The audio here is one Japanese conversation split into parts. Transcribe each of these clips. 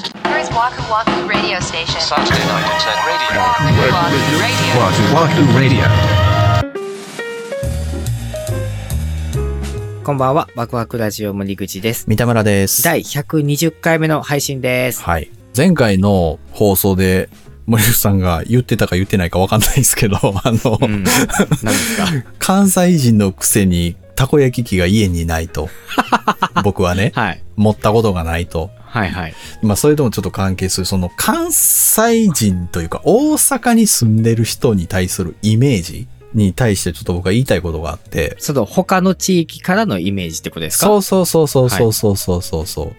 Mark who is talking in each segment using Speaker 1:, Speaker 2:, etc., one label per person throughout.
Speaker 1: Waku Waku Radio Station.
Speaker 2: Saturday night at 10 radio.
Speaker 1: Waku Waku Radio.
Speaker 3: Wahoo Wahoo Radio.
Speaker 4: こんばんは、ワクワクラジオ森口です。
Speaker 5: 三田村です。
Speaker 4: 第120回目の配信です。
Speaker 5: はい。前回の放送で、森口さんが言ってたか言ってないか分かんないですけ ど、あの、
Speaker 4: うん。何ですか
Speaker 5: 関西人のくせに、たこ焼き器が家にない と。僕はね、
Speaker 4: はい。
Speaker 5: 持ったことがないと。
Speaker 4: はいはい。
Speaker 5: まあ、それともちょっと関係する、その、関西人というか、大阪に住んでる人に対するイメージに対して、ちょっと僕は言いたいことがあって、
Speaker 4: その他の地域からのイメージってことですか
Speaker 5: そうそうそうそうそうそうそうそうそう、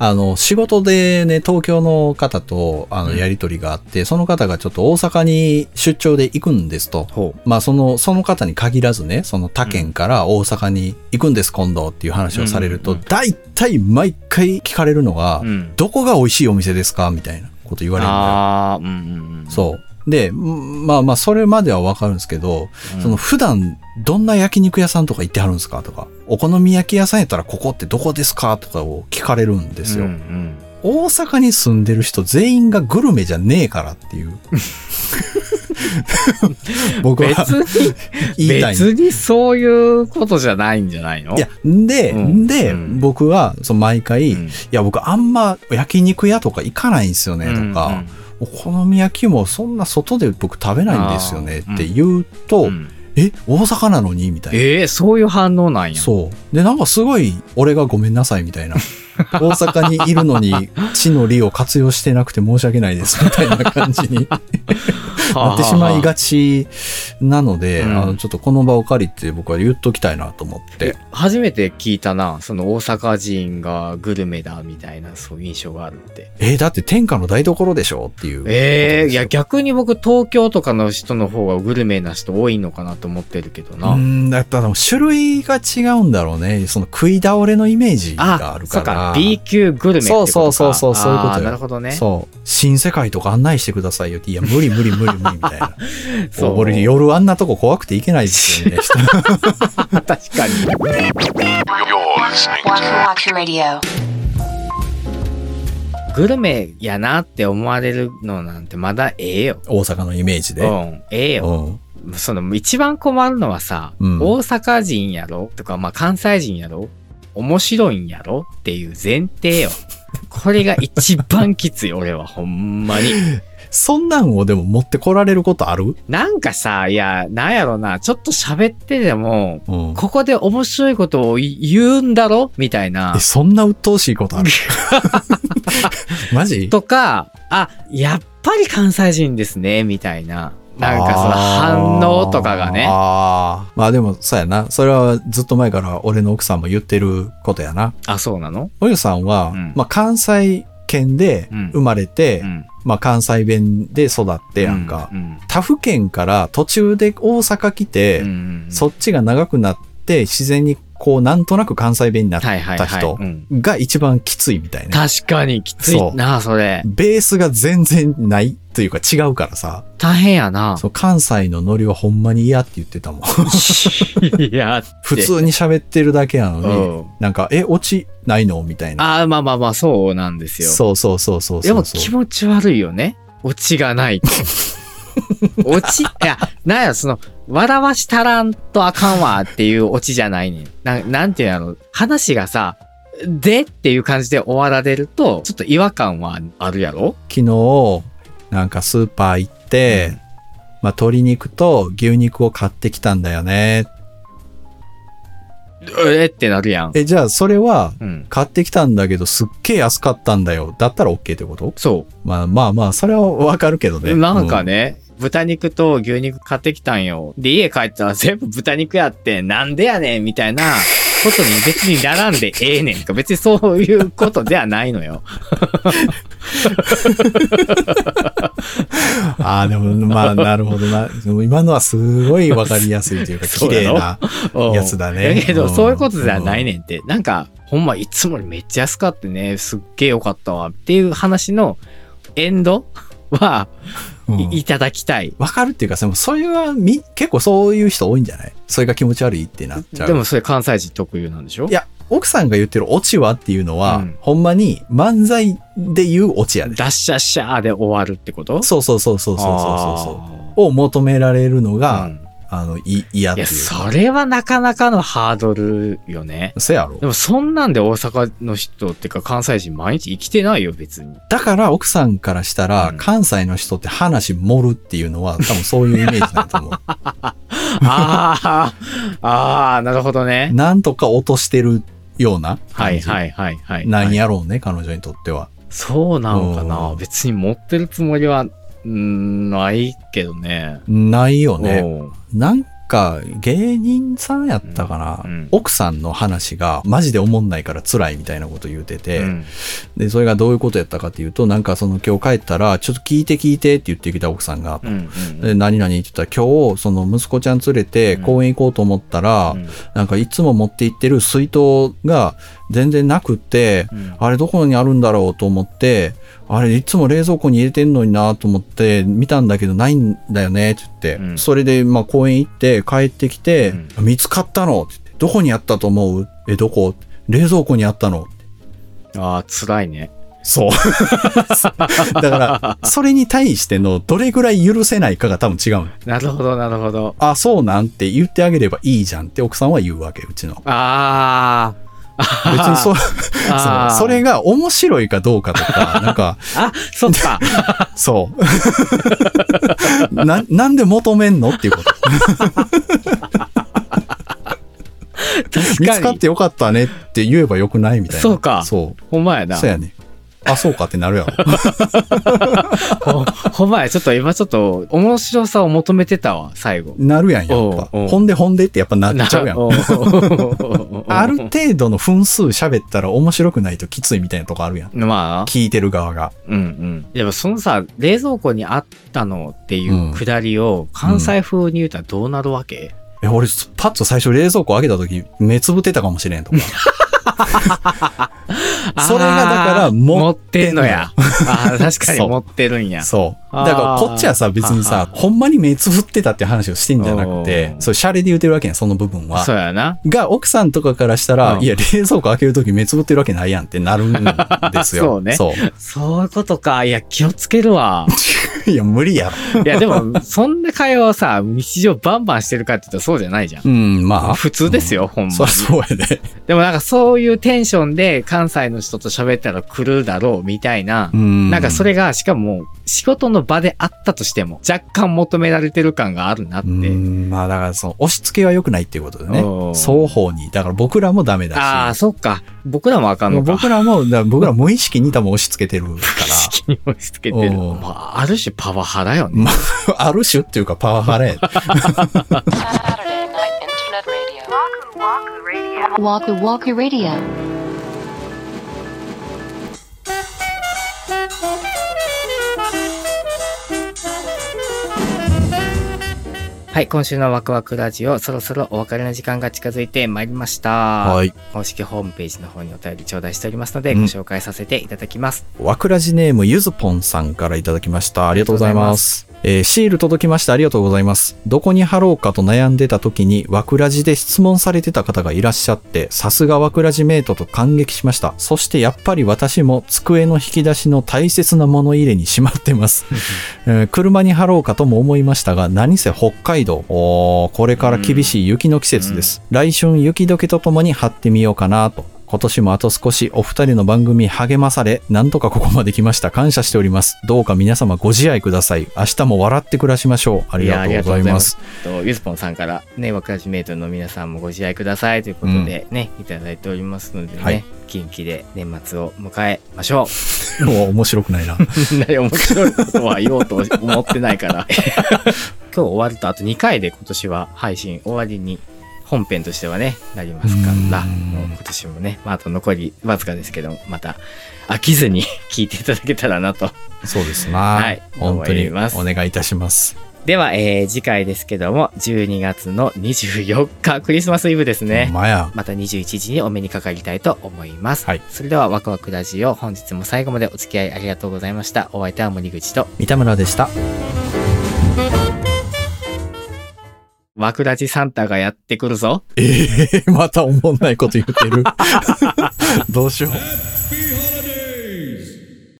Speaker 5: あの、仕事でね、東京の方と、あ
Speaker 4: う
Speaker 5: の、
Speaker 4: ん
Speaker 5: やりとりがあって、その方がちょっと大阪に出張で行くんですと。
Speaker 4: ほ
Speaker 5: まあ、その、その方に限らずね、その他県から大阪に行くんです、今度っていう話をされると、
Speaker 4: うんうん
Speaker 5: 大体毎回聞かれるのが、
Speaker 4: うん
Speaker 5: どこが美味しいお店ですかみたいなこと言われるんだよ。
Speaker 4: ああ、うんうんうん。
Speaker 5: そう。で、んまあまあ、それまではわかるんですけど、
Speaker 4: うん
Speaker 5: その普段、どんな焼肉屋さんとか行ってはるんですかとか、お好み焼き屋さんやったらここってどこですかとかを聞かれるんで
Speaker 4: です
Speaker 5: よ、
Speaker 4: うんうん、
Speaker 5: 大阪に住んでる人全員がグルメじゃねえからっ ていう。僕は
Speaker 4: 別に、
Speaker 5: 言いたいんです
Speaker 4: 別にそういうことじゃないんじゃないの
Speaker 5: いや、、んで、
Speaker 4: うん
Speaker 5: で、
Speaker 4: うん
Speaker 5: 僕は、その毎回、
Speaker 4: うん
Speaker 5: いや、僕あんま焼肉屋とか行かないんですよね、とか、お好み焼きもそんな外で僕食べないんですよね
Speaker 4: あー
Speaker 5: って言う
Speaker 4: う
Speaker 5: と、
Speaker 4: んうんうん
Speaker 5: え、大阪なのにみたいな。
Speaker 4: ええそういう反応なんや。
Speaker 5: そう。で、なんかすごい、俺がごめんなさいみたいな。 大阪にいるのに、地の利を活用してなくて申し訳ないですみたいな感じ になってしまいがちなので、
Speaker 4: うん
Speaker 5: あの、ちょっとこの場を借りて僕は言っときたいなと思って。
Speaker 4: 初めて聞いたな、その大阪人がグルメだみたいな、そういう印象があるって。
Speaker 5: えーだって天下の台所でしょっていう。
Speaker 4: ええいや
Speaker 5: 逆
Speaker 4: 逆に僕東京とかの人の方がグルメな人多いのかなと思ってるけどな。
Speaker 5: うん、だったら種類が違うんだろうね。その食い倒れのイメージがある
Speaker 4: そ
Speaker 5: か
Speaker 4: う
Speaker 5: ら。
Speaker 4: か B 級グルメってことか
Speaker 5: そうそうそうそうそういうことよ
Speaker 4: あーなるほどね。
Speaker 5: そう。新世界とか案内してくださいよって。いや、無理無理無理無理みたい な。
Speaker 4: そう
Speaker 5: 俺夜あんなとこ怖くて行けないです よね。人
Speaker 4: 確かに。
Speaker 1: Waku Waku Radio.
Speaker 4: グルメやなって思われるのなんてまだええよ。
Speaker 5: 大阪のイメージ
Speaker 4: う
Speaker 5: で。
Speaker 4: ん、ええよ。
Speaker 5: うん。
Speaker 4: その一番困るのはさ、
Speaker 5: うん
Speaker 4: 大阪人やろとか、まあ、関西人やろ面白いんやろっていう前提よ。これが一番きつい、俺はほんまに。
Speaker 5: そんなんをでも持ってこられることある
Speaker 4: なんかさ、いや、なんやろな、ちょっと喋ってでも、
Speaker 5: うん。
Speaker 4: ここで面白いことを言うんだろみたいな
Speaker 5: え、。そんな鬱陶しいことあ るマジ
Speaker 4: とか、あ、やっぱり関西人ですね、みたいな。なんかその反応とかがね。
Speaker 5: あーあー。まあでも、そうやな。それはずっと前から俺の奥さんも言ってることやな。
Speaker 4: あ、そうなの
Speaker 5: おゆさんは、
Speaker 4: うん
Speaker 5: まあ関西圏で
Speaker 4: うん
Speaker 5: 生まれて、
Speaker 4: うん。
Speaker 5: まあ関西弁で育ってやんか。
Speaker 4: ううん。
Speaker 5: 他府県から途中で大阪来て、
Speaker 4: うん
Speaker 5: そっちが長くなって、自然にこう、なんとなく関西弁になっ
Speaker 4: はいはい
Speaker 5: た
Speaker 4: はい。
Speaker 5: 人
Speaker 4: うん
Speaker 5: が一番きついみたいな。
Speaker 4: 確かにきついな、それ。
Speaker 5: ベースが全然ないというか違うからさ、
Speaker 4: 大変やな。
Speaker 5: そう関西のノリはほんまに嫌って言ってたもん。
Speaker 4: いや、
Speaker 5: 普通に喋ってるだけな
Speaker 4: う
Speaker 5: のに、
Speaker 4: ん。
Speaker 5: なんか、え、落ちないのみたいな。
Speaker 4: あーまあまあまあ、そうなんですよ。
Speaker 5: そうそうそうそうそう。
Speaker 4: でも気持ち悪いよね。オチがない と。オチ、いや、なんや、その、笑わしたらんとあかんわっていうオチじゃないねん。ななんていうの話がさ、でっていう感じで終わられると、ちょっと違和感はあるやろ
Speaker 5: 昨日、なんかスーパー行って、まあ、鶏肉と牛肉を買ってきたんだよね。
Speaker 4: えってなるやん。
Speaker 5: え、じゃあそれは、
Speaker 4: うん。
Speaker 5: 買ってきたんだけどすっげえ安かったんだよ。だったら OK ってこと
Speaker 4: そ
Speaker 5: まあまあまあ、それはわかるけ どね。
Speaker 4: う。なんかね、豚肉と牛肉買ってきたんよ。で、家帰ったら全部豚肉やって、なんでやねんみたいなことに別にならんでええねんとか、別にそういうことではないのよ。
Speaker 5: うん。ああ、でもまあ、なるほどな。でも今のはすごいわかりやすいというか、
Speaker 4: そ
Speaker 5: 綺
Speaker 4: うや
Speaker 5: 麗
Speaker 4: ろ
Speaker 5: な。やつだね
Speaker 4: うんけど、
Speaker 5: うん
Speaker 4: そういうことではないねんって。なんか、ほんまいつもよりめっちゃ安かってね、すっげえ良かったわっていう話のエンドは、
Speaker 5: うん
Speaker 4: いいただきたい。
Speaker 5: わかるっていうか、でもそれはみ、結構そういう人多いんじゃないそれが気持ち悪いってなっちゃう。
Speaker 4: でもそれ関西人特有なんでしょ
Speaker 5: いや、奥さんが言ってるオチはっていうのは、
Speaker 4: うん
Speaker 5: ほんまに漫才で言うオチやで。
Speaker 4: ダッシャッシャーで終わるってこと
Speaker 5: そうそうそうそうそうそうそう。
Speaker 4: う
Speaker 5: を求められるのが、
Speaker 4: ん
Speaker 5: あの、い嫌っ
Speaker 4: いや、
Speaker 5: ていう。
Speaker 4: それはなかなかのハードルよね。
Speaker 5: せやろ
Speaker 4: で。もそんなんで大阪の人ってか関西人毎日生きてないよ、別 に。
Speaker 5: だから奥さんからしたら、
Speaker 4: うん
Speaker 5: 関西の人って話盛るっていうの は、多分そういうイメージだと思う。
Speaker 4: ああ、ああ、なるほどね。
Speaker 5: なんとか落としてるような
Speaker 4: は
Speaker 5: 感
Speaker 4: い
Speaker 5: じ。
Speaker 4: はいはいはい。
Speaker 5: なんやろうね、彼女にとっては。
Speaker 4: そうなのか
Speaker 5: う
Speaker 4: なん別に持ってるつもりは、うーんないけどね。
Speaker 5: ないよね。
Speaker 4: おう
Speaker 5: なんか、芸人さんやったかな、
Speaker 4: うんうん
Speaker 5: 奥さんの話がマジでおもんないから辛いみたいなこと言うてて、
Speaker 4: うん
Speaker 5: で、それがどういうことやったかっていうと、なんかその今日帰ったら、ちょっと聞いて聞いてって言ってきた奥さんが、
Speaker 4: うん
Speaker 5: で何々って言ったら今日その息子ちゃん連れて
Speaker 4: うん
Speaker 5: 公園行こうと思ったら、
Speaker 4: うん
Speaker 5: なんかいつも持って行ってる水筒が全然なくて、
Speaker 4: うん
Speaker 5: あれどこにあるんだろうと思ってあれいつも冷蔵庫に入れてんのになと思って見たんだけどないんだよねって言って、
Speaker 4: うん
Speaker 5: それでまあ公園行って帰ってきて、
Speaker 4: う
Speaker 5: 見つかったのって言ってどこにあったと思うえどこ冷蔵庫にあったの
Speaker 4: ああ、辛いね。
Speaker 5: そう。 だから、それに対してのどれぐらい許せないかが多分違うの
Speaker 4: なるほど、なるほど。
Speaker 5: あ、そうなんて言ってあげればいいじゃんって奥さんは言うわけ、うちの。
Speaker 4: あ
Speaker 5: 別にそ
Speaker 4: あー
Speaker 5: そうそれが面白いかどうかと か、なんか、
Speaker 4: あ、あ、そっ か。
Speaker 5: そう。 な、なんで求めんのっていうこと。見つかってよかったねって言えばよくないみたいな。
Speaker 4: そうか
Speaker 5: そ
Speaker 4: ほんまや
Speaker 5: う。
Speaker 4: な。
Speaker 5: そうやね。あ、そうかってなるや ろ。
Speaker 4: ほほんまや、ちょっと今ちょっと面白さを求めてたわ、最後。
Speaker 5: なるやん、やっぱ。
Speaker 4: おうおう
Speaker 5: ほんでほんでってやっぱなっちゃうやん。
Speaker 4: ん
Speaker 5: ある程度の分数喋ったら面白くないときついみたいなとこあるやん。
Speaker 4: まあ、
Speaker 5: 聞いてる側が。
Speaker 4: うんうん。でもそのさ、冷蔵庫にあったのっていうくだりを関西風に言うたらどうなるわけ、
Speaker 5: え、俺、パッと最初冷蔵庫開けた時、目つぶってたかもしれ んとか。それがだから
Speaker 4: あー
Speaker 5: 持
Speaker 4: 持
Speaker 5: っ
Speaker 4: ってて
Speaker 5: ん
Speaker 4: ん
Speaker 5: の
Speaker 4: の
Speaker 5: や
Speaker 4: や。あ ー確かに
Speaker 5: そう
Speaker 4: 持ってるんや。
Speaker 5: そう。
Speaker 4: あー
Speaker 5: だから、こっちはさ、別にさ、
Speaker 4: あー
Speaker 5: ほんまに目つぶってたって話をしてんじゃなくて、
Speaker 4: おー
Speaker 5: そう、シャレで言ってるわけやん、その部分は
Speaker 4: そ。うやな。
Speaker 5: が、奥さんとかからしたら、
Speaker 4: うん
Speaker 5: いや、冷蔵庫開ける時目つぶってるわけないやんってなるんですよ。
Speaker 4: そうね
Speaker 5: そう。
Speaker 4: そういうことか。いや、気をつける わ。
Speaker 5: いや、無理やろ。
Speaker 4: いや、でも、そんな会話をさ、日常バンバンしてるかって言ったらそうじゃないじゃん。
Speaker 5: うん、まあ。
Speaker 4: 普通ですよ、ほん
Speaker 5: うん。
Speaker 4: ま
Speaker 5: そりゃ
Speaker 4: に。
Speaker 5: そうやで。
Speaker 4: でもなんかそういうテンションで関西の人と喋ったら来るだろうみたいな
Speaker 5: う。ん。
Speaker 4: なんかそれが、しかも仕事の場であったとしても若干求められてる感があるなっ
Speaker 5: う
Speaker 4: て。
Speaker 5: ん。まあ、だから、その、押し付けは良くないっていうことでね
Speaker 4: お。ー
Speaker 5: 双方に。だから僕らもダメだし。
Speaker 4: ああ、そっか。僕らもあかん
Speaker 5: もう
Speaker 4: のか。
Speaker 5: 僕らも、だから僕ら無意識に多分押し付けてるか
Speaker 4: 意 識に押し付けてる。
Speaker 5: おう
Speaker 4: まあ、ある種パワハラよね。
Speaker 5: ら、ある種っていうかパワハラや。
Speaker 1: Saturday Night Internet Radio. Waku Waku Radio.
Speaker 4: はい、今週のワクワクラジオ、そろそろお別れの時間が近づいてまいりました。
Speaker 5: はい。
Speaker 4: 公式ホームページの方にお便り頂戴しておりますので、
Speaker 5: うん
Speaker 4: ご紹介させていただきます。
Speaker 5: わくらじネームゆずぽんさんからいただきました。ありがとうございます。えーシール届きました。ありがとうございます。どこに貼ろうかと悩んでた時に、わくらじで質問されてた方がいらっしゃって、さすがわくらじメイトと感激しました。そしてやっぱり私も机の引き出しの大切な物入れにしまってます。えー車に貼ろうかとも思いましたが、何せ北海道。おーこれから厳しい雪の季節です。来春雪解けとともに貼ってみようかなと。今年もあと少しお二人の番組励まされ、なんとかここまで来ました。感謝しております。どうか皆様ご自愛ください。明日も笑って暮らしましょう。あり
Speaker 4: や
Speaker 5: がとうございます。。
Speaker 4: ありがとうございますえっとゆずぽんさんから、ね、ワクラジメイトの皆さんもご自愛くださいということでね、いただいておりますのでね、
Speaker 5: はい
Speaker 4: 近畿で年末を迎えましょう。
Speaker 5: もう面白 くないな。
Speaker 4: みんなに面白いことは言おうと思ってない から。今日終わるとあと2回で今年は配信終わりに本編としてはね、なりますか
Speaker 5: う
Speaker 4: ら、
Speaker 5: ん
Speaker 4: もう今年もね、まああと残りわずかですけども、また飽きずに 聞いていただけたらなと。
Speaker 5: そうですな。
Speaker 4: はい
Speaker 5: 本当に
Speaker 4: 思います
Speaker 5: お願いいたします。
Speaker 4: では、えー次回ですけども、12月の24日、クリスマスイブですね。
Speaker 5: まや。
Speaker 4: また21時にお目にかかりたいと思います。
Speaker 5: はい
Speaker 4: それではワクワクラジオ、本日も最後までお付き合いありがとうございました。お相手は森口と
Speaker 5: 三田村でした。
Speaker 4: 枠立ちサンタがやってくるぞ。
Speaker 5: ええまたおもんないこと言ってる。どうしよう。